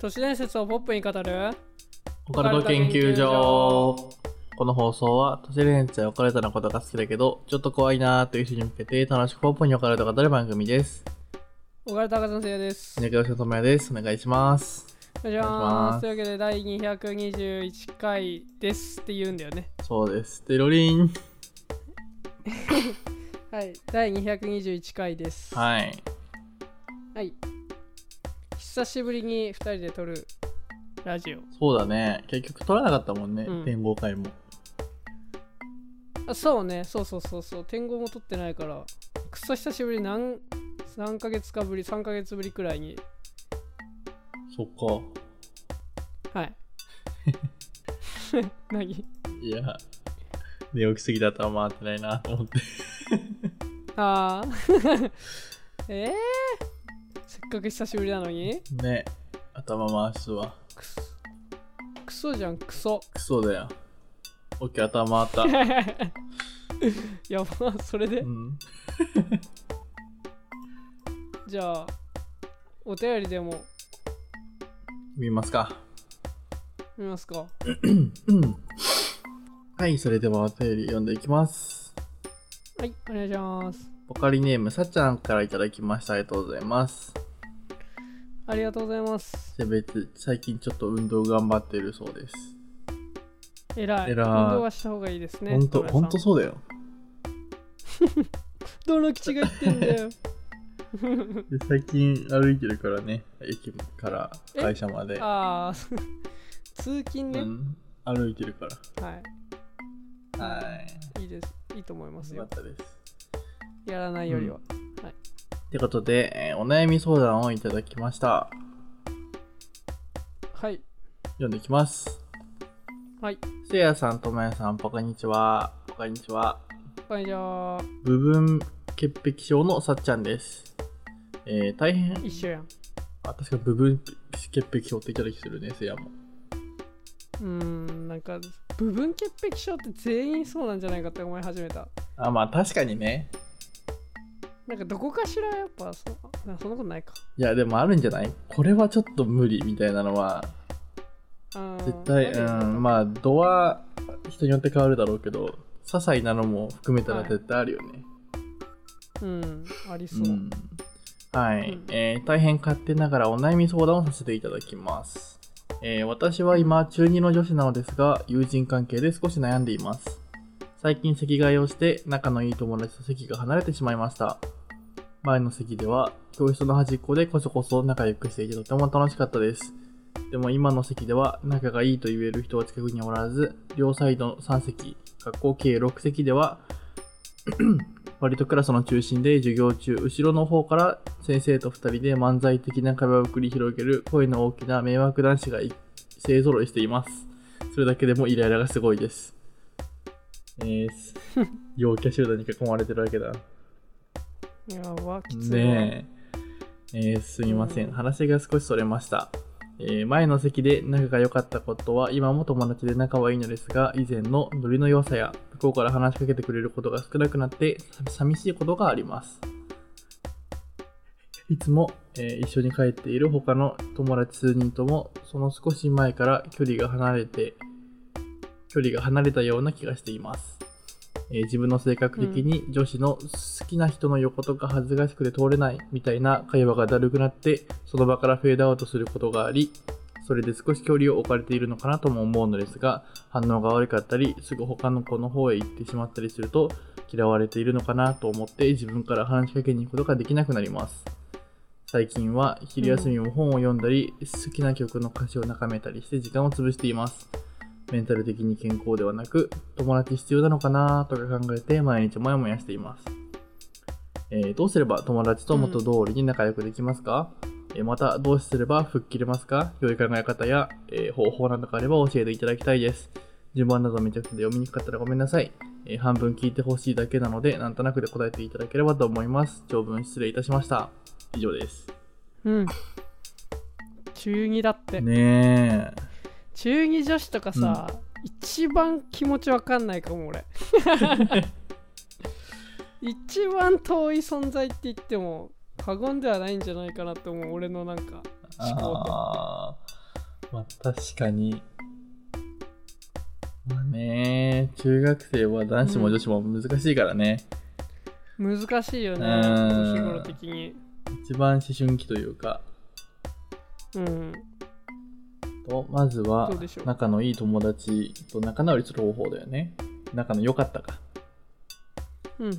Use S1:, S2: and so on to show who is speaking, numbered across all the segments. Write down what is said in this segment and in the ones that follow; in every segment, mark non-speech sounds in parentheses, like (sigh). S1: 都市伝説をポップに語る
S2: オカルト研究所この放送は都市伝説やオカルトなことが好きだけどちょっと怖いなーという人に向けて楽しくポップにオカルトが語る番組 (laughs) です
S1: 小柄高先生です。
S2: 金倉ともやですお願いします
S1: お願いします。というわけで第221回ですって言うんだよね。
S2: そうですてろりん
S1: はい。第221回です。は
S2: はい
S1: い。久しぶりに2人で撮るラジオ。
S2: そうだね結局撮らなかったもんね、
S1: うん
S2: 展望会も
S1: あそうね。そうそうそうそう。天候も撮ってないから、くそ久しぶり何、何ヶ月かぶり、3ヶ月ぶりくらいに。
S2: そっか
S1: はい。 (laughs) 何
S2: いや寝起きすぎだとは回ってないなと思って (laughs)
S1: ああ。 (laughs) えー、せっかく久しぶりなのに
S2: ね頭回すわ
S1: クソクソじゃんク
S2: (laughs)
S1: ソ
S2: クソだよオッケー頭回 (laughs) った
S1: やばそれで
S2: うん
S1: じゃあお便りでも
S2: 見ますか
S1: 見ますか
S2: うんはい、それではお便り読んでいきます。
S1: はいお願いします
S2: ポカリネームさっちゃんからいただきました。ありがとうございます。
S1: ありがとうございます
S2: 性別、最近ちょっと運動頑張ってるそうです。
S1: えらい
S2: 偉い
S1: 運動はした方がいいですね
S2: ほんと、
S1: 小林
S2: ほ
S1: さ
S2: んとそうだよ。
S1: どの口が言ってんだ
S2: (laughs)
S1: よ
S2: で最近歩いてるからね、駅から会社まで。
S1: ああ通勤
S2: う
S1: ね、
S2: ん、歩いてるから。
S1: は
S2: は
S1: い
S2: い
S1: いいですいいと思いま
S2: い。
S1: す
S2: よか
S1: よ
S2: ったです。
S1: やらないよりは、
S2: ってことで、えーお悩み相談をいただきました。
S1: はい
S2: 読んでいきます。
S1: はい
S2: せいやさん、ともやさん、ぽかにちは。ぽかにちは。
S1: はいじゃあ
S2: 部分潔癖症のさっちゃんです。えー、大変、
S1: 一緒やん
S2: あ、確か部分潔癖症っていただきするね、せやも。
S1: うーんなんか部分潔癖症って全員そうなんじゃないかって思い始めた
S2: あ、まあ確かにね。
S1: なんかどこかしらやっぱそそんなことないか
S2: いや、でもあるんじゃないこれはちょっと無理みたいなのは、絶
S1: 絶
S2: 対、うん、まあ、度は人によって変わるだろうけど、些細なのも含めたら
S1: はい
S2: 絶対あるよね。
S1: うん、ありそう。
S2: うん。はい、
S1: うん
S2: えー大変勝手ながらお悩み相談をさせていただきます。えー私は今中2の女子なのですが友人関係で少し悩んでいます最近席替えをして仲のいい友達と席が離れてしまいました前の席では教室の端っこでこそこそ仲良くしていてとても楽しかったですでも今の席では仲がいいと言える人は近くにおらず両サイド3席学校計6席では割とクラスの中心で授業中後ろの方から先生と2人で漫才的な壁を繰り広げる声の大きな迷惑男子がい勢ぞろいしていますそれだけでもイライラがすごいですえー、す陽キャ集団に囲まれてるわけだ
S1: やば、きついわ。
S2: ねええーすみませ
S1: うん
S2: ん話が少しそれました、えー前の席で仲が良かったことは今も友達で仲はいいのですが以前のノリの良さや向こうから話しかけてくれることが少なくなって寂しいことがありますいつも、えー一緒に帰っている他の友達数人ともその少し前から距離が離れて距離が離れたような気がしています、えー自分の性格的に女子の好きな人の横とか恥ずかしくて通れないみたいな会話がだるくなってその場からフェードアウトすることがありそれで少し距離を置かれているのかなとも思うのですが反応が悪かったりすぐ他の子の方へ行ってしまったりすると嫌われているのかなと思って自分から話しかけに行くことができなくなります最近は昼休みも本を読んだり、好きな曲の歌詞を眺めたりして時間を潰していますメンタル的に健康ではなく友達必要なのかなとか考えて毎日モヤモヤしています、えーどうすれば友達と元通りに仲良くできますか、えーまたどうすれば吹っ切れますか良い考え方や、えー方法などがあれば教えていただきたいです順番などめちゃくちゃ読みにくかったらごめんなさい、えー半分聞いてほしいだけなのでなんとなくで答えていただければと思います長文失礼いたしました以上です
S1: うん。中2だって。
S2: ねえ
S1: 中2女子とかさ、一番気持ちわかんないか
S2: (laughs)
S1: も、俺。一番遠い存在って言っても過言ではないんじゃないかなって思う、俺のなんか思考
S2: あーまあ確かに。まあね、中学生は男子も女子も難しいからね。
S1: 難しいよね
S2: うーん
S1: 年頃的に
S2: 一番思春期というか。
S1: うん
S2: とまずは
S1: どうでしょう
S2: 仲のいい友達と仲直りする方法だよね。仲の良かったか。
S1: うん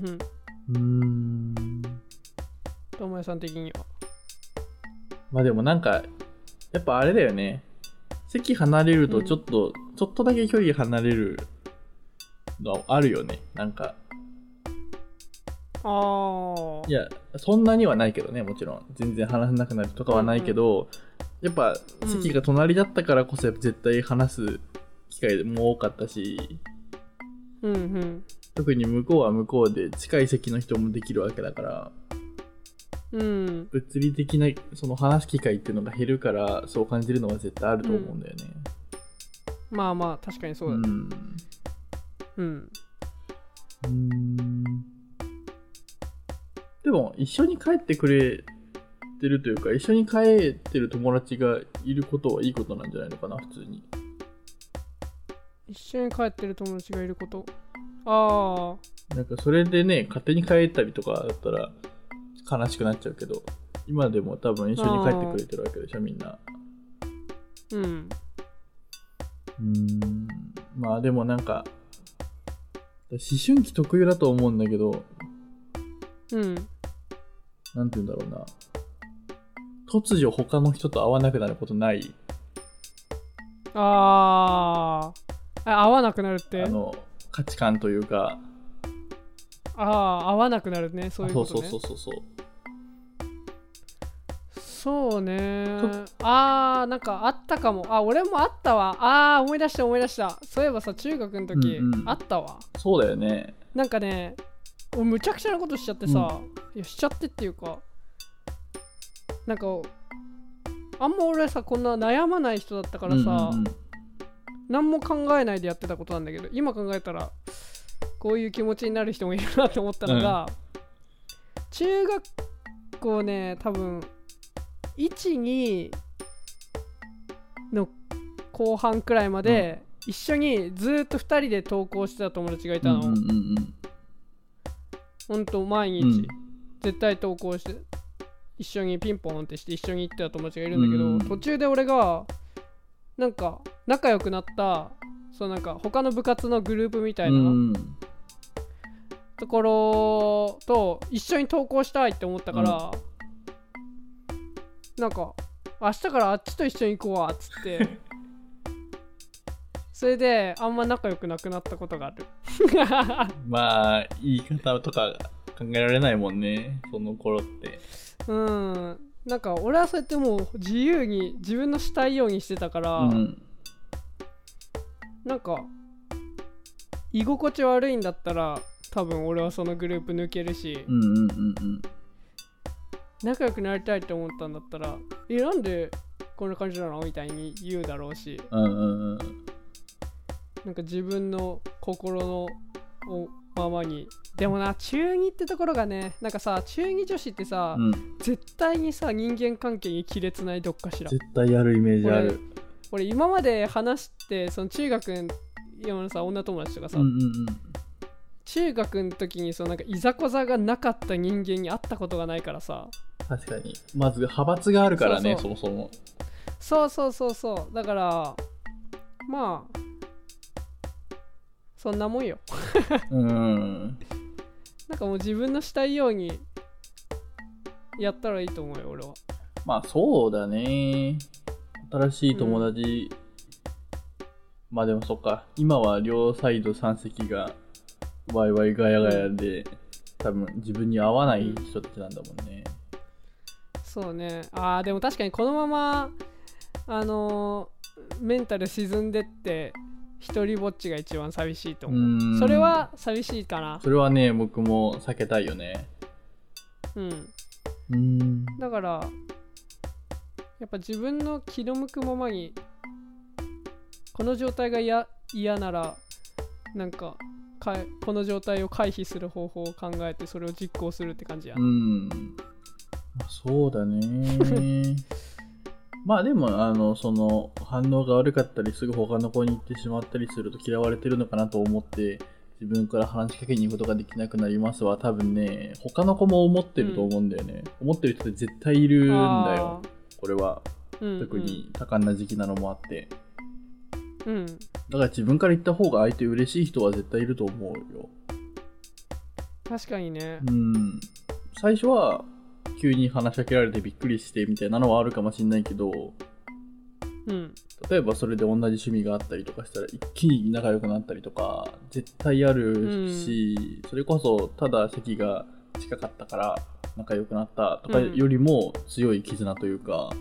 S1: うん
S2: うーん。
S1: 友也さん的には
S2: まあでもなんか、やっぱあれだよね。席離れるとちょっと、ちょっとだけ距離離れるのあるよね。なんか、
S1: ああ
S2: いや、そんなにはないけどね、もちろん。全然話せなくなるとかはないけど、やっぱ
S1: うん
S2: 席が隣だったからこそ、やっぱ絶対話す機会も多かったし、
S1: うんうん
S2: 特に向こうは向こうで近い席の人もできるわけだから、
S1: うん
S2: 物理的なその話す機会っていうのが減るから、そう感じるのは絶対あると思うんだよね。
S1: まあまあ確かにそううだ、
S2: ん。
S1: うん、
S2: うん。でも、一緒に帰ってくれてるというか、一緒に帰ってる友達がいることはいいことなんじゃないのかな、普通に。
S1: 一緒に帰ってる友達がいることあ
S2: なんかそれでね、勝手に帰ったりとかだったら悲しくなっちゃうけど、今でも多分一緒に帰ってくれてるわけでしょ、みんな。
S1: あうん
S2: うーん。まあでもなんか、思春期特有だと思うんだけど、
S1: うん
S2: なんて言うんだろうな。突如他の人と会わなくなることない。
S1: あーあ合わなくなるって
S2: あの、価値観というか、
S1: ああ合わなくなるねそういう
S2: そ
S1: こと
S2: うそう
S1: ね
S2: そうそうそう。
S1: そうねあーなんかあったかもあ俺もあったわあー思い出した思い出したそういえばさ中学の時、
S2: うんうん
S1: あったわ
S2: そうだよね。
S1: なんかね俺むちゃくちゃなことしちゃってさ、いやしちゃってっていうかなんかあんま俺さこんな悩まない人だったからさ、
S2: うんうんうん
S1: 何も考えないでやってたことなんだけど今考えたらこういう気持ちになる人もいるなと思ったのが、中学校ね多分12の後半くらいまで、一緒にずっと2人で登校してた友達がいたの、
S2: うんうんうん
S1: ほんと毎日、
S2: うん。うん
S1: 絶対投稿して一緒にピンポンってして一緒に行ってた友達がいるんだけど、
S2: うん
S1: 途中で俺がなんか仲良くなったそのなんか他の部活のグループみたいな
S2: うん
S1: ところと一緒に投稿したいって思ったから、なんか明日からあっちと一緒に行こうわっつって
S2: (laughs)
S1: それであんま仲良くなくなったことがある (laughs)
S2: まあ言い方とか考えられないもんねその頃って
S1: うんなんか俺はそうやってもう自由に自分のしたいようにしてたから、
S2: うん
S1: なんか居心地悪いんだったら多分俺はそのグループ抜けるし、
S2: うんうんうんうん
S1: 仲良くなりたいって思ったんだったら「えなんでこんな感じなの?」みたいに言うだろうし
S2: うんうんうん
S1: なんか自分の心のおままにでもな中2ってところがねなんかさ中2女子ってさ、
S2: うん
S1: 絶対にさ人間関係に亀裂ないどっかしら
S2: 絶対やるイメージあ
S1: 俺
S2: る
S1: 俺今まで話してその中学の今のさ女友達とか
S2: う
S1: さ、
S2: んうんうん
S1: 中学の時にそのなんかいざこざがなかった人間に会ったことがないからさ
S2: 確かにまず派閥があるからねそ
S1: そ
S2: もそも
S1: そうそうそうそうだからまあそんなもんよ
S2: うん
S1: なんかもう自分のしたいようにやったらいいと思うよ俺は
S2: まあそうだね新しい友達、まあでもそっか今は両サイド3席がワイワイガヤガヤで、多分自分に合わない人たちなんだもんね、
S1: そうねあーでも確かにこのままあのーメンタル沈んでって一人ぼっちが一番寂しいと思う
S2: うん
S1: それは寂しいかな
S2: それはね僕も避けたいよね
S1: うん
S2: うん
S1: だからやっぱ自分の気の向くままにこの状態が嫌嫌ならなんかかえこの状態を回避する方法を考えてそれを実行するって感じや (laughs)
S2: うんまあそうだね
S1: う
S2: まあでも、あの、その、反応が悪かったり、すぐ他の子に行ってしまったりすると嫌われてるのかなと思って、自分から話しかけに行くことができなくなりますは、多分ね、他の子も思ってると思うんだよね。思ってる人って絶対いるんだよ。これは、
S1: あーうんうん
S2: 特に多感な時期なのもあって。
S1: うん
S2: だから自分から言った方が相手嬉しい人は絶対いると思うよ。
S1: 確かにね
S2: うん。最初は、急に話しかけられてびっくりしてみたいなのはあるかもしれないけど、
S1: うん
S2: 例えばそれで同じ趣味があったりとかしたら一気に仲良くなったりとか絶対あるし、それこそただ席が近かったから仲良くなったとかよりも強い絆というか、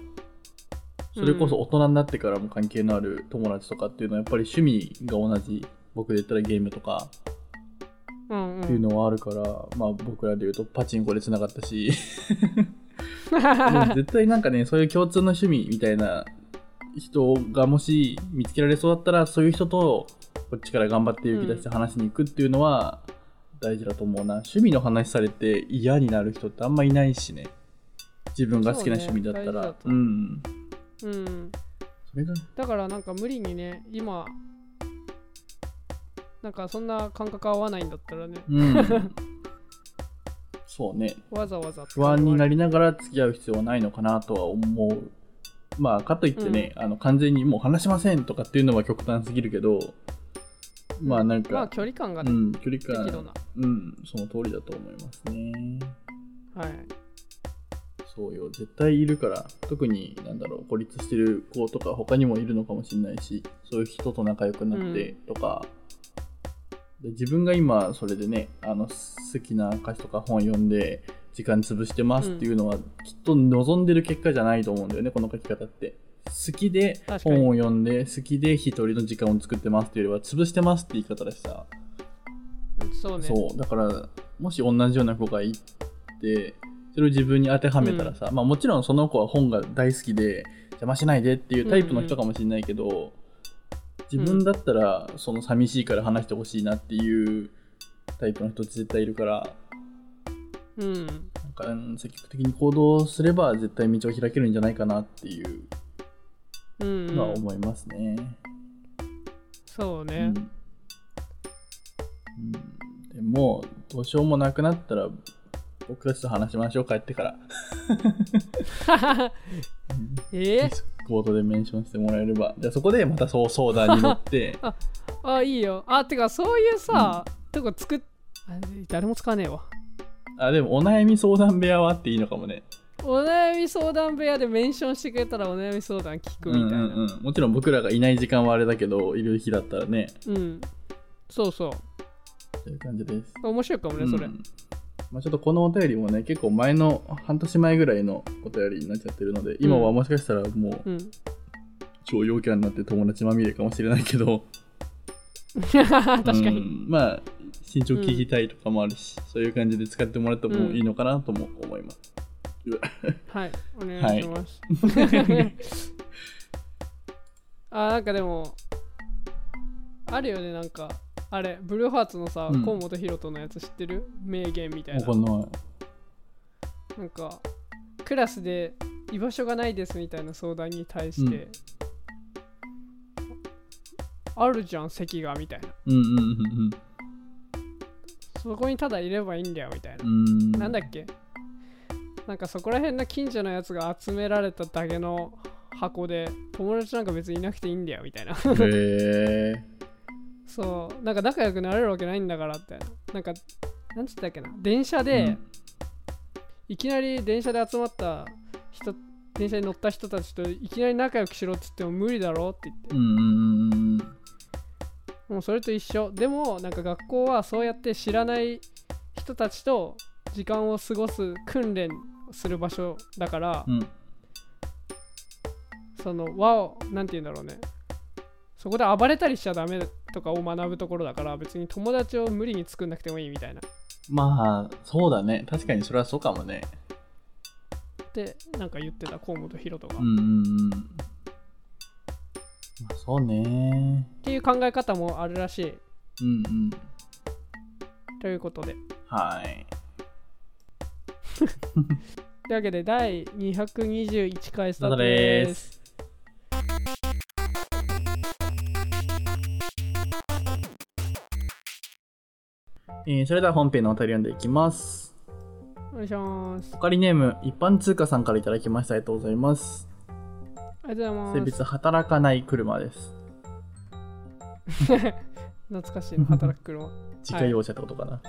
S2: それこそ大人になってからも関係のある友達とかっていうのはやっぱり趣味が同じ僕で言ったらゲームとか
S1: うんう (laughs)
S2: っていうんのはあるから、まあ僕らで言うとパチンコで繋がったし絶対なんかねそういう共通の趣味みたいな人がもし見つけられそうだったらそういう人とこっちから頑張って勇気出して話しに行くっていうのは大事だと思うな、趣味の話されて嫌になる人ってあんまいないしね自分が好きな趣味だった
S1: そうね大事
S2: ら
S1: だと
S2: う,、ん
S1: うん
S2: それが
S1: だからなんか無理にね今なんかそんな感覚合わないんだったらね
S2: うんそうね
S1: わざわざ
S2: 不安にな
S1: り
S2: りながら付き合う必要はないのかなとは思うまあかといってね、あの完全にもう話しませんとかっていうのは極端すぎるけどまあなんか、
S1: まあ距離感がね、
S2: うん、距離感
S1: 適度な
S2: うん、その通りだと思いますね。
S1: はい
S2: そうよ、絶対いるから、特になんだろう、孤立してる子とか他にもいるのかもしれないし、そういう人と仲良くなってとか、で自分が今それでね、あの好きな歌詞とか本読んで時間潰してますっていうのは、きっと望んでる結果じゃないと思うんだよね、この書き方って。好きで
S1: 確かに
S2: 本を読んで、好きで一人の時間を作ってますっていうよりは、潰してますって言い方でした。
S1: そうね
S2: そうだからもし同じような子がいてそれを自分に当てはめたらさ、まあ、もちろんその子は本が大好きで邪魔しないでっていうタイプの人かもしれないけど、自分だったらその寂しいから話してほしいなっていうタイプの人って絶対いるから
S1: うん
S2: なんかうん積極的に行動すれば絶対道を開けるんじゃないかなっていう
S1: うん、
S2: のは
S1: うん、
S2: 思いますね。
S1: そう
S2: う
S1: ね
S2: ん、でもうどうしようもなくなったら僕たちと話しましょう帰ってから。
S1: (laughs) ええ
S2: (laughs) ディスコードでメンションしてもらえればじゃあそこでまたそう相談に乗って
S1: (laughs) あいいよあてかそういうさ、とこ作っあ誰も使わねえわ
S2: あでもお悩み相談部屋はあっていいのかもね
S1: お悩み相談部屋でメンションしてくれたらお悩み相談聞くみたいな
S2: うんうんうん、もちろん僕らがいない時間はあれだけどいる日だったらね
S1: うんそうそう
S2: という感じです、
S1: 面白いかもね、
S2: うん
S1: それ
S2: まあ、ちょっとこのお便りもね結構前の半年前ぐらいのお便りになっちゃってるので今はもしかしたらもう
S1: うん
S2: 超陽キャになって友達まみれかもしれないけど
S1: (laughs) 確か
S2: う
S1: に、
S2: んまあ身長聞きたいとかもあるし、そういう感じで使ってもらってもいいのかなとも思います、うわ
S1: はいお願いします、 (laughs) あなんかでもあるよねなんかあれブルーハーツのさ
S2: うん
S1: 河本大翔のやつ知ってる名言みたい
S2: わ
S1: な
S2: かんない
S1: なんかクラスで居場所がないですみたいな相談に対して、あるじゃん席がみたいな
S2: うんうんうん
S1: そこにただいればいいんだよみたいな
S2: う、ん。
S1: なんだっけなんかそこら辺の近所のやつが集められただけの箱で友達なんか別にいなくていいんだよみたいな (laughs)
S2: けへえ。
S1: そうなんか仲良くなれるわけないんだからってなんかなんつったっけな電車 (laughs) で、いきなり電車で集まった人電車に乗った人たちといきなり仲良くしろって言っても無理だろって言って
S2: う、んうんうん
S1: もうそれと一緒でもなんか学校はそうやって知らない人たちと時間を過ごす訓練する場所だから、
S2: うん。うん
S1: その和をなんて言うんだろうねそこで暴れたりしちゃダメとかを学ぶところだから別に友達を無理に作んなくてもいいみたいな
S2: まあ、そうだね。確かにそれはそうかもね。
S1: ってなんか言ってた河本大翔が、
S2: う
S1: っ
S2: んうんうん。まあ、そうね。
S1: ていう考え方もあるらしい
S2: うんうん。
S1: ということで
S2: はい。
S1: というわけで第221回スター
S2: た
S1: ト
S2: だ
S1: で
S2: ですす。えーそれでは本編のお便り読んでいきます。
S1: お願いします
S2: オカリネーム、一般通貨さんからいただきました。ありがとうございます。
S1: ありがとうござ
S2: 性
S1: います
S2: 別、働かない車です。
S1: (laughs) 懐かしいの働く (laughs) 車
S2: 自家用車ってことかな。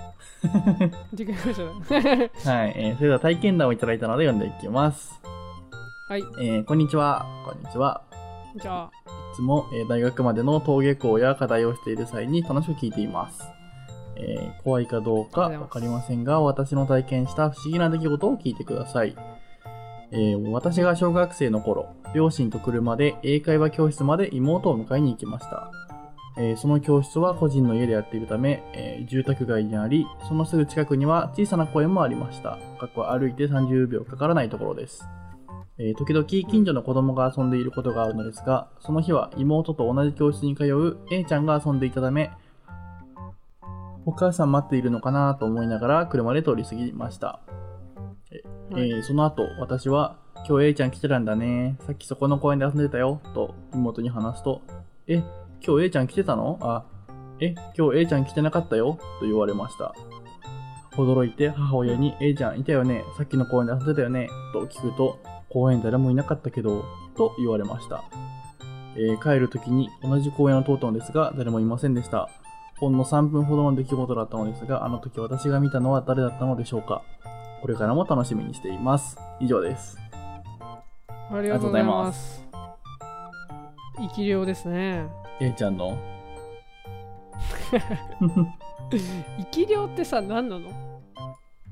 S1: 次回会社だ
S2: はい、えーそれでは体験談をいただいたので読んでいきます。
S1: はい
S2: えーこんにちは。こんにちは。
S1: じゃあ
S2: いつも、えー大学までの登下校や課題をしている際に楽しく聞いています。えー怖いかどうか
S1: ありがとう
S2: わ
S1: ご
S2: か
S1: ざ
S2: り
S1: い
S2: ま
S1: ま
S2: せんが、私の体験した不思議な出来事を聞いてください。えー私が小学生の頃、両親と車で英会話教室まで妹を迎えに行きました。えーその教室は個人の家でやっているため、えー住宅街にあり、そのすぐ近くには小さな公園もありました。かっこ歩いて30秒かからないところです。えー時々近所の子供が遊んでいることがあるのですが、その日は妹と同じ教室に通う A ちゃんが遊んでいたため、お母さん待っているのかなと思いながら車で通り過ぎました。え
S1: はい
S2: ーその後、私は、今日 A ちゃん来てたんだね。さっきそこの公園で遊んでたよ。と妹に話すと、え、今日 A ちゃん来てたのあ、え、今日 A ちゃん来てなかったよ。と言われました。驚いて母親に、A ちゃんいたよね。さっきの公園で遊んでたよね。と聞くと、公園誰もいなかったけど、と言われました。えー帰る時に同じ公園を通ったのですが、誰もいませんでした。ほんの3分ほどの出来事だったのですが、あの時私が見たのは誰だったのでしょうか。これからも楽しみにしています。以上です。
S1: ありがとうございます生き量ですね
S2: A ちゃ
S1: (laughs)
S2: んの。
S1: 生き量ってさ何なの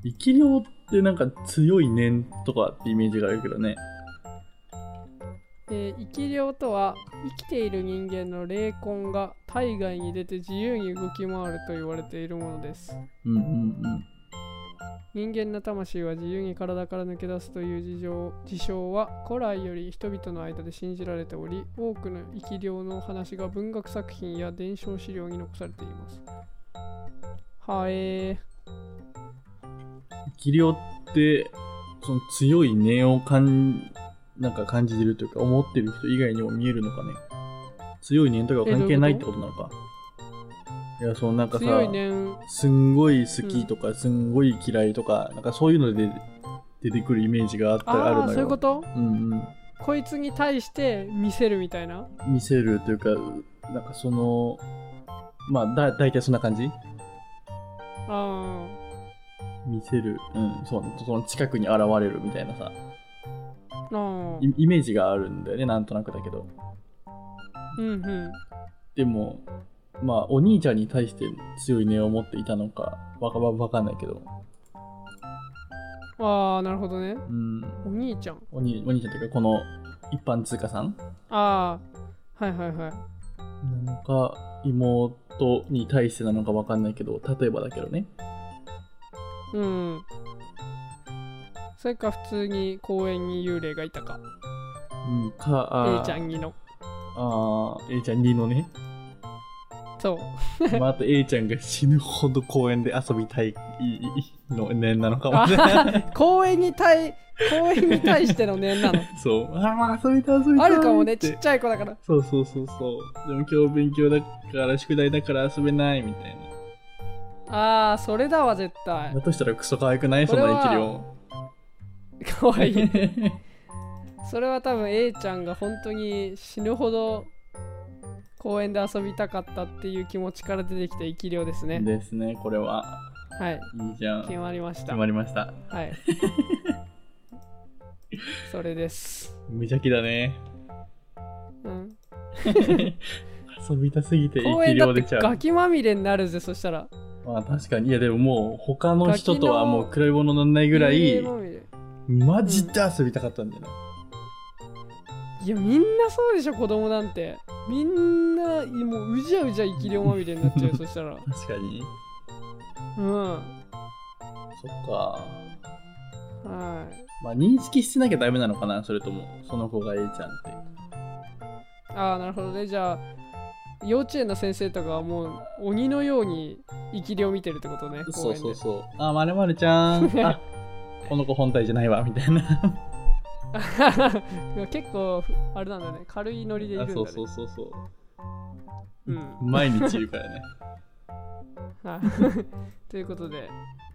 S2: 生き量ってなんか強い念とかってイメージがあるけどね。
S1: えー生き量とは生きている人間の霊魂が体外に出て自由に動き回ると言われているものです
S2: うんうん
S1: 人間の魂は自由に体から抜け出すという事情事象は古来より人々の間で信じられており多くの生き量の話が文学作品や伝承資料に残されていますはえ
S2: うん。生き量って、その強い念を感、なんか感じてるというか、思ってる人以外にも見えるのかね。強い念とかは関係ないってことなのか。いや、そのなん
S1: ー、
S2: かさ、
S1: 強い念
S2: すんごい好きとか、すんごい嫌いとか、なんかそういうので出てくるイメージがあったあるの
S1: ああ
S2: よ。
S1: そういうこと
S2: うんうん。
S1: こいつに対して見せるみたいな
S2: 見せるというか、なんかその、まあだ大体そんな感じ
S1: あ
S2: 見せる、うん、そうね、その近くに現れるみたいなさ、
S1: ーあー
S2: イイメージがあるんだよね、なんとなくだけど。
S1: うんうん
S2: でも、まあ、お兄ちゃんに対して強い念を持っていたのか、わかわわかんないけど、
S1: ああなるほどね
S2: うん、
S1: お兄ちゃん
S2: おにお兄ちゃんというか、この一般通貨さん
S1: ああはいはいはい
S2: なのか、妹に対してなのかわかんないけど、例えばだけどね。
S1: うんそれか普通に公園に幽霊がいたか
S2: うん、か、あ
S1: A ちゃんにの
S2: あー A ちゃん2のね。
S1: そう
S2: まあ、あと A ちゃんが死ぬほど公園で遊びたいいいの念なのかもしれない。
S1: (laughs) 公園に対公園に対しての念なの
S2: (laughs) そう。ああ、遊びたい遊びたいって。
S1: あるかもねちっちゃい子だから
S2: そうそうそうそう。でも今日勉強だから宿題だから遊べないみたいな。
S1: ああそれだわ絶
S2: (laughs)
S1: 対
S2: だとしたらクソ可愛くないそ
S1: これ
S2: の
S1: は
S2: 生き量。
S1: かわいい (laughs) それは多分 A ちゃんが本当に死ぬほど公園で遊びたかったっていう気持ちから出てきた生き量ですね
S2: (laughs) ですね、これは。
S1: はい
S2: いいじゃん。
S1: 決
S2: 決
S1: まりました
S2: まりました。
S1: はい (laughs) それです
S2: 無邪気だね。
S1: (laughs) うん
S2: 遊びたすぎて
S1: 公
S2: 生
S1: 園
S2: き
S1: だ
S2: 量
S1: っ
S2: 出
S1: て
S2: ちゃ
S1: ガ
S2: う。
S1: キまみれになるぜそしたら
S2: まあ確かに。いやでももう他の人とはもう比べ物にならないぐら
S1: 幽
S2: い
S1: 霊、まみれ
S2: マジで遊びたかったんだよね。
S1: いやみんなそうでしょ子供なんてみんなもううじゃうじゃ生き量まみれになっちゃうそした
S2: (laughs)
S1: ら
S2: 確かに。
S1: うん
S2: そっか。
S1: はい
S2: まあ、認識してなきゃダメなのかなそれともその子が A ちゃんって
S1: ああなるほどねじゃあ幼稚園の先生とかはもう鬼のように生き量見てるってことね公
S2: そ
S1: 園
S2: う
S1: で
S2: そうそうあまるまる
S1: (laughs)
S2: ちゃんあこの子本体じゃないわみたいな
S1: 結構ふあれなんだね軽いノリでいる
S2: あ
S1: んだね
S2: そうそうそうそ
S1: う
S2: う
S1: ん (laughs)
S2: 毎日いるからね
S1: はいという (laughs) ことで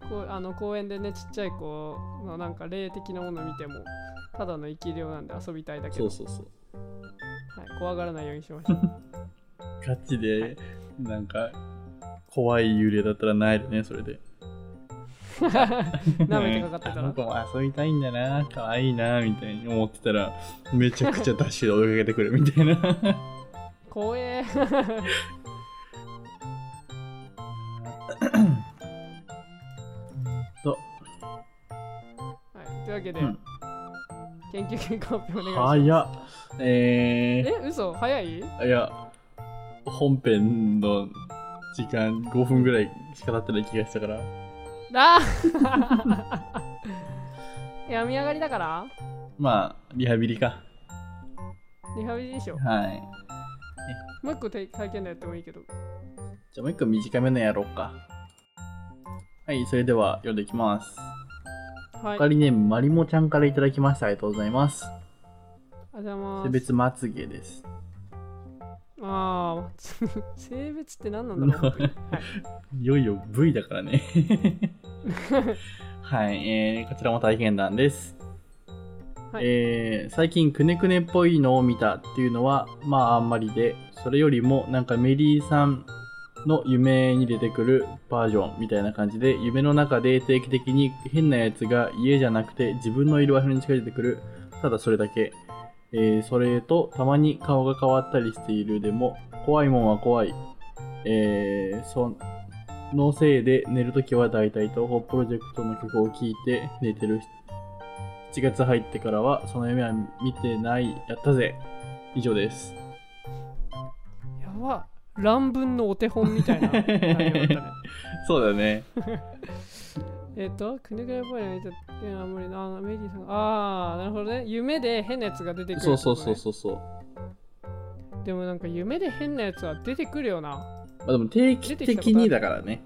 S1: こうあの公園でねちっちゃい子のなんか霊的なもの見てもただの生き量なんで遊びたいだけ
S2: そ
S1: ど
S2: う、そうそう
S1: はい、怖がらないようにしましょう
S2: ガチでなんか怖い幽霊だったらないよねそれで
S1: 舐めてかかってた
S2: あの
S1: ら
S2: 子も遊びたいんだな可愛いなみたいに思ってたらめちゃくちゃダッシュで追いかけてくるみたいな
S1: 怖え
S3: と、
S1: はい、というわけで、
S2: うん
S1: 研究結果発表お願いします
S2: (laughs) 早っえ
S1: え嘘早い
S2: ー、いや本編の時間5分ぐらいしか経ってない気がしたから
S1: あ (laughs) ー病み上がりだから
S2: まあリハビリか
S1: リハビリでしょ
S2: はい
S1: もう一個体体験でやってもいいけど
S2: じゃあもう一個短めのやろうかはいそれでは読んでいきます
S1: はい
S2: 他にねまりもちゃんからいただきましたありがとうございます
S1: ありがとうござ
S2: 性
S1: います
S2: 別まつげです
S1: ああ (laughs) 性別って何なんだ
S2: (laughs)
S1: ろう
S2: いよいよ V だか
S1: (laughs)
S2: らねはい、えーこちらも体験談です、
S1: はい
S2: えー最近くねくねっぽいのを見たっていうのはまああんまりでそれよりもなんかメリーさんの夢に出てくるバージョンみたいな感じで夢の中で定期的に変なやつが家じゃなくて自分のいる場所に近づいてくるただそれだけ、えーそれとたまに顔が変わったりしているでも怖いもんは怖い、えーそのせいで寝るときは大体東方プロジェクトの曲を聴いて寝てる7月入ってからはその夢は見てないやったぜ以上です
S1: やば乱文のお手本みたいな内容だったね
S2: そうだね
S1: えっと、くねくねっぽいの見て、いや、無理な、あーメリーさん。ああ、なるほどね。夢で変なやつが出てくる、
S2: そうそうそうそうそう
S1: う。でもなんか夢で変なやつは出てくるよな。
S2: まあでも定期的にだからね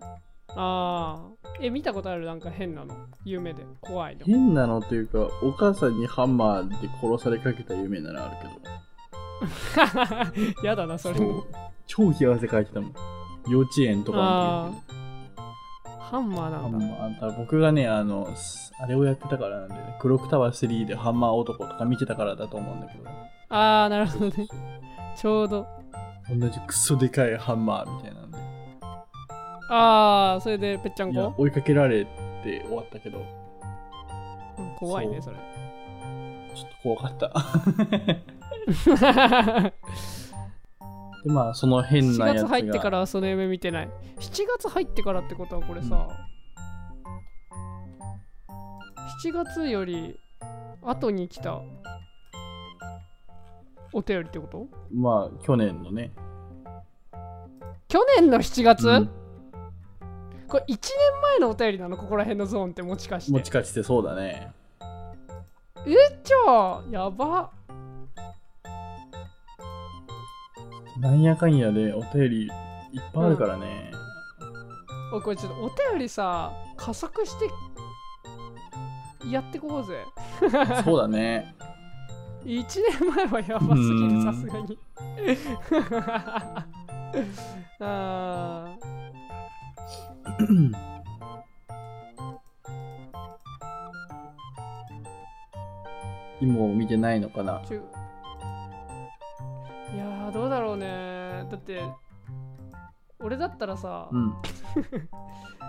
S1: ああ。え、見たことあるなんか変なの。夢で。怖いの。
S2: 変なのというかお母さんにハンマーで殺されかけた夢ならあるけ
S1: やだな、そ
S2: ど
S1: れ
S2: そ
S1: も
S2: う。超冷や汗かいてたもん幼稚園とかの
S1: あ
S2: 時
S1: あ。ハンマーな
S2: ハン
S1: んだ。
S2: マーあんた僕がねあのすあれをやってたからなんで、ね、黒くタワー3でハンマー男とか見てたからだと思うんだけど
S1: ああ、なるほどね。ちょうど。
S2: 同じクソでかいハンマーみたいなんで
S1: ああ、それでぺっちゃん
S2: いや
S1: こ
S2: 追いかけられて終わったけど
S1: うん怖いね、そ
S2: そ
S1: れ。 (laughs)
S2: ちょっと怖かった (laughs) でまあその変
S1: 7
S2: なやつ
S1: 月
S2: が
S1: 入ってからはその夢見てない。7月入ってからってことはこれさ、7月より後に来たお便りってこと
S2: まあ去年のね
S1: 去年の7月、
S2: うん
S1: これ1年前のお便りなのここら辺のゾーンってもしかして。
S2: 持ちかしてそうだね
S1: えじゃあやば
S2: なんやかんやでお便りいっぱいあるから
S1: (laughs)
S2: ね、
S1: おいこれちょっとお便りさ加速してやってこうぜ。
S2: そうだね
S1: 1年前はやばすぎ
S2: う
S1: る
S2: ん
S1: さすがに (laughs) あー
S2: 今を見てないのかな
S1: ちゅいやーどうだろうねだって俺だったらさ、
S2: うん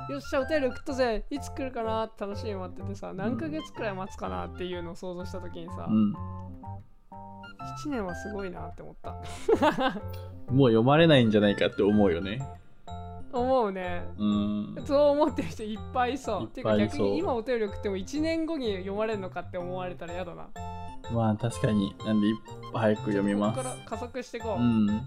S1: よっしゃお便り送ったぜいつ来るかなって楽しみに待っててさ何ヶ月くらい待つかなっていうのを想像した時にさ、
S2: うん
S1: 7年はすごいなって思った
S2: もう読まれないんじゃないかって思うよね
S1: 思うね
S2: うん
S1: そう思ってる人いっぱいいそう
S2: いっぱい
S1: ていうか逆
S2: いそう
S1: に今お便り送っても1年後に読まれるのかって思われたら嫌だな
S2: まあ確かになんでいっぱい早く読みます
S1: ここから加速していこう、
S2: うん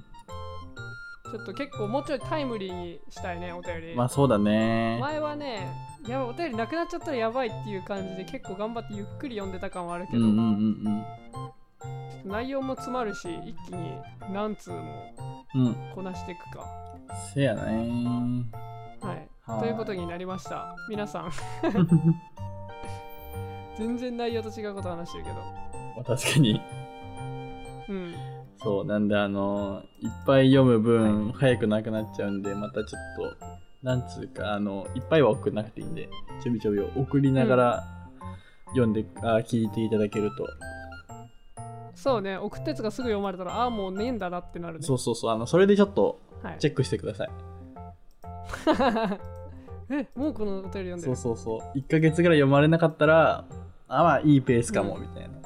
S1: ちょっと結構もうちょいタイムリーにしたいねお便り、
S2: まあそうだね
S1: 前はねやばいお便りなくなっちゃったらやばいっていう感じで結構頑張ってゆっくり読んでた感はあるけ
S2: う
S1: ど、
S2: んうんうん
S1: 内容も詰まるし一気に何通も
S2: うんうん
S1: こなしていくか
S2: せやね
S1: はい
S2: は
S1: という
S2: (laughs)
S1: ことになりました皆さん (laughs) 全然内容と違うこと話してるけど
S2: まあ確かに
S1: うん
S2: そう、なんであの、いっぱい読む分、
S1: は
S2: 早くなくなっちゃうんで、またちょっと、なんつうか、あの、いっぱいは送らなくていいんで、ちょびちょび送りながら、読んで、あ聞いていただけると、
S1: そうね送ったやつがすぐ読まれたらああもうねえんだなってなるね
S2: そうそうそう、あの、それでちょっと、
S1: はい (laughs)
S2: チェックしてください。
S1: えもうこのお便り読んで
S2: そう
S1: る
S2: そうそう、1ヶ月ぐらい読まれなかったら、あ、まあ、いいペースかも、
S1: うん
S2: みたいな、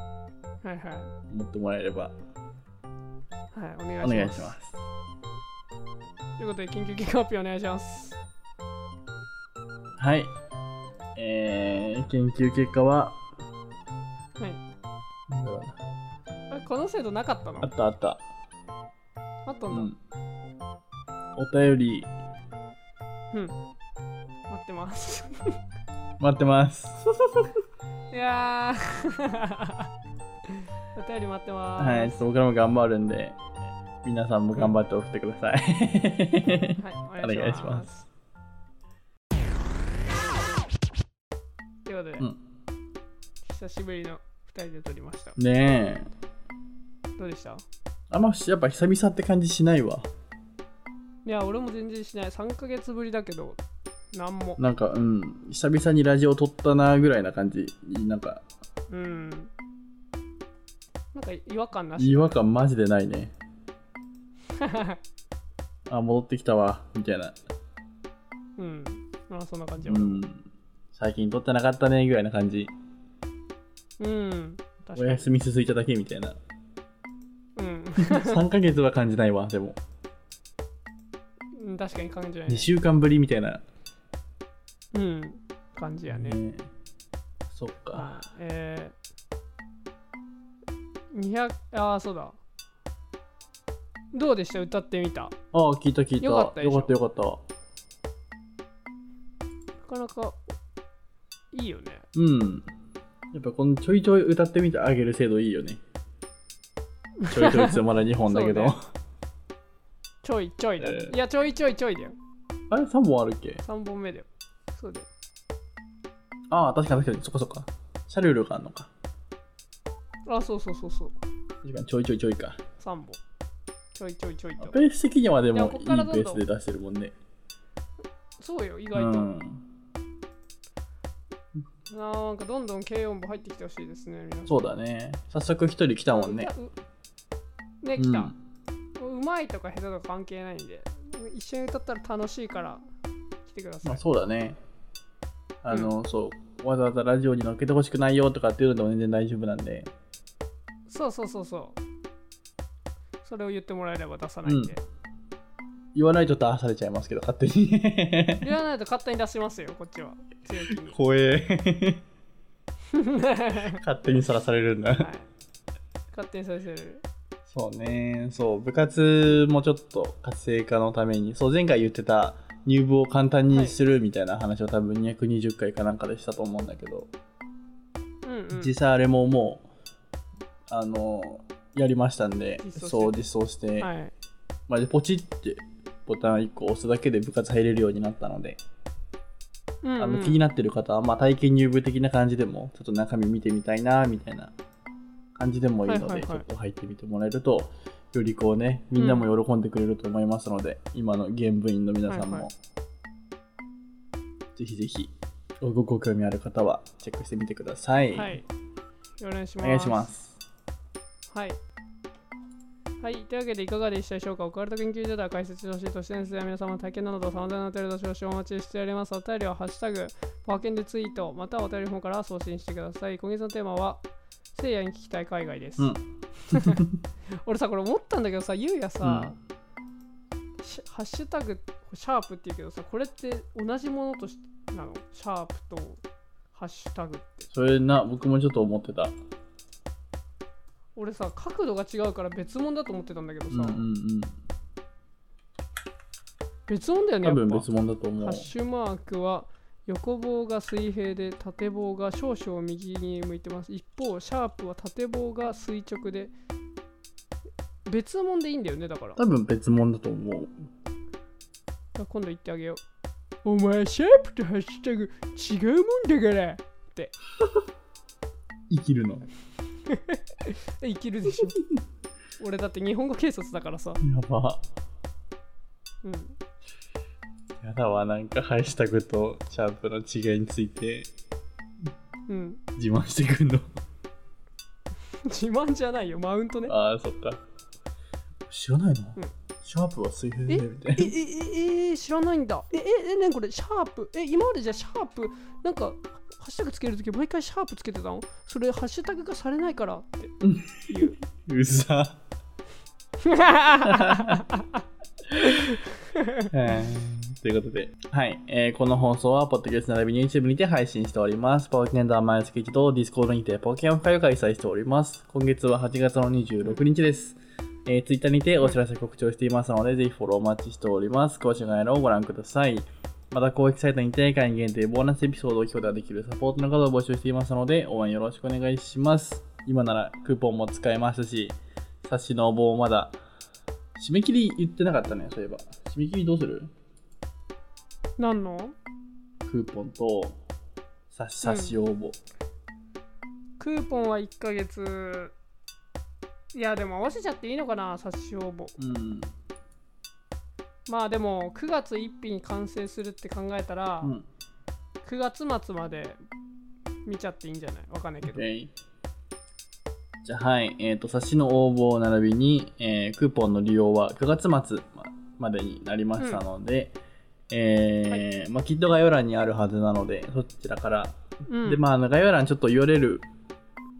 S1: はいはい
S2: 思ってもらえれば、
S1: はいお願いしま
S2: お
S1: す
S2: 願いします。
S1: ということで緊急結果発表お願いします
S2: はい。えー、研究結果は、
S1: はい
S2: なんだろう
S1: あれこの制度なかったの
S2: なあったあった。
S1: あった
S2: うん
S1: だ、
S2: ん。お便り、
S1: うん待ってます (laughs)
S2: 待ってます。
S1: いやー (laughs) お便り待ってまーす
S2: はい、ちょっと僕らも頑張るんで、皆さんも頑張って送ってくださ
S1: (laughs)
S2: い。
S1: はい、お願いします。ということで、
S2: うん
S1: 久しぶりの2人で撮りました。
S2: ねえ。
S1: どうでした
S2: あんまやっぱ久々って感じしないわ。
S1: いや、俺も全然しない。3ヶ月ぶりだけど、なんも。
S2: なんか、うん、久々にラジオ撮ったなぐらいな感じ。なんか、
S1: うん。なんか違和感なし。
S2: 違和感マジでな
S1: (laughs)
S2: いね。あ、戻ってきたわ、みたいな。
S1: うん。まあ、そんな感じ
S2: う
S1: は。うん。
S2: ん。最近撮ってなかったねぐらいな感じ。
S1: 確
S2: お
S1: かに。
S2: 休み続いただけみたいな。
S1: うん
S2: 3ヶ月は感じないわ、でも。
S1: うん。確かに感じない
S2: 2。週間ぶりみたいな。
S1: うん。感じやね。
S2: ねそっ
S1: は
S2: か。
S1: いえー、200ああそうだどうでした歌ってみたな
S2: ああ、聞いた聞いた。
S1: よかったでしょ
S2: よかったよかった。
S1: かなかいいよね
S2: うん。やっぱこのちょいちょい歌ってみてあげる制度いいよね。ちょいちょいつまら2本だけ
S1: (laughs)
S2: ど。
S1: そうねちょいちょいだ、
S2: えー
S1: いやちょいちょいちょいだよ
S2: あれ ?3 本あるっけ
S1: 3本目だよそうだよ
S2: ああ、確かに確かに。そっかそっか。シャルルがあるのか。
S1: あそうそうそうそう
S2: 確かにちょいちょいちょいか。
S1: 3本ちょいちょいちょいと
S2: ペース的にはで
S1: いや
S2: も
S1: こ
S2: い
S1: っ
S2: いペ
S1: からどんどん
S2: ースで出してるもんね。
S1: そうよ意
S2: う
S1: 外と、
S2: ん。
S1: なんかどんどん軽音部入ってきてほしいですね皆さん
S2: そうだね。早速1人来たもんね。
S1: うね
S2: う
S1: 来た
S2: ん、
S1: うまいとか下手とか関係ないんで一緒に歌ったら楽しいから来てください、
S2: まあそうだね。あの、そう、わざわざラジオに乗っけてほしくないよとかっていうのでも全然大丈夫なんで、
S1: そうそうそうそう。それを言ってもらえれば出さないんで。
S2: 言わないと出されちゃいますけど、勝手に。
S1: (laughs) 言わないと勝手に出しますよ、こっちは。強気に。
S2: 怖え。
S1: (laughs) はい。
S2: 勝手にさらされるんだ。
S1: 勝手にさせる。
S2: そうね、そう、部活もちょっと活性化のために、そう、前回言ってた入部を簡単にするみたいな話を多分220回かなんかでしたと思うんだけど、
S1: うんうん。
S2: 実際あれももう、あの、やりましたんで
S1: 実装、して
S2: そう、実装して、
S1: はい。
S2: まあ、でポチってボタン1個押すだけで部活入れるようになったので、
S1: うんうん、
S2: あの気になってる方は、まあ、体験入部的な感じでもちょっと中身見てみたいなみたいな感じでもいいので、
S1: はいはいはい
S2: ちょっと入ってみてもらえるとよりこうねみんなも喜んでくれると思いますので、今の現部員の皆さんも、
S1: はいはい
S2: ぜひぜひごご興味ある方はチェックしてみてください、
S1: はい。よろしくお願いし
S2: お
S1: ます。
S2: 願いします
S1: はい。はい。というわけで、いかがでしたでしょうかオカルト研究所では解説してほしい都市伝説や皆様の体験など、さまざまなお便りの少々お待ちしております。お便りは、ハッシュタグ、パーケンでツイート、またはお便りフォームから送信してください。今月のテーマは、聖夜に聞きたい海外です。
S2: うん
S1: (laughs) 俺さ、これ思ったんだけどさ、ゆうやさ、
S2: う
S1: しハッシュタグ、シャープって言うけどさ、これって同じものとしなのシャープとハッシュタグって。
S2: それな僕もちょっと思ってた
S1: 俺さ、角度が違うから別物だと思ってたんだけど
S2: うんう
S1: さ、
S2: んうん
S1: 別物だよね。
S2: 多
S1: やっぱ
S2: 分別物だと思
S1: ハ
S2: う
S1: ッシュマークは横棒が水平で縦棒が少々右に向いてます。一方、シャープは縦棒が垂直で別物でいいんだよね、だから。
S2: 多分別物だと思う
S1: 今度言ってあげよう。お前、シャープとハッシュタグ違うもんだからって
S2: 生きるの
S1: えいけるでしょ。俺だって日本語警察だからさ、
S2: やば。
S1: うん、
S2: やだわ、なんかハイシタグとシャープの違いについて
S1: うん、
S2: 自慢してくんの。
S1: 自慢じゃないよマウントね
S2: (laughs) ああ、そっか。知らないの、
S1: うん
S2: シャープは水平でみたい
S1: ええええ知らないんだえええ何これシャープえ今までじゃあシャープなんかハッシュタグつけるとき毎回シャープつけてたのそれハッシュタグがされないから (laughs) って言う
S2: な。うざ。えーということで、はい、えーこの放送は、ポッドキャスト並びに YouTube にて配信しております。ポケケンダー毎月一度、Discord にてポケオフ会を開催しております。今月は8月の26日です。えー、Twitter にてお知らせ告知をしていますので、ぜひフォローお待ちしております。詳しい概要欄をご覧ください。また、公式サイトにて会員限定ボーナスエピソードを聞くことができるサポートの方を募集していますので、応援よろしくお願いします。今ならクーポンも使えますし、冊子の応募もまだ、締め切り言ってなかったね、そういえば。締め切りどうする
S1: 何の
S2: クーポンとさ差し応募、
S1: クーポンは1ヶ月いやでも合わせちゃっていいのかな冊子応募
S2: うん
S1: まあでも9月1日に完成するって考えたら、
S2: うん
S1: 9月末まで見ちゃっていいんじゃないわかんないけど
S2: OK じゃあはいえっ、と差しの応募並びに、えークーポンの利用は9月末ままでになりましたので、えーまあ、きっと概要欄にあるはずなのでそちらから、
S1: うん
S2: でまああの概要欄ちょっと URL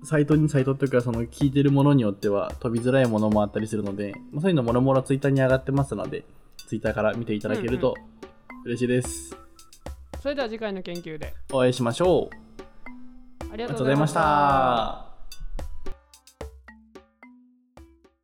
S2: サイトにサイトというかその聞いてるものによっては飛びづらいものもあったりするので、まあ、そういうのもろもろツイッターに上がってますのでツイッターから見ていただけると嬉しいです、
S1: それでは次回の研究で
S2: お会いしましょう。
S1: あり
S2: あり
S1: が
S2: が
S1: とうござ
S2: とうござ
S1: い
S2: い
S1: ま
S2: ま
S1: し
S2: したた。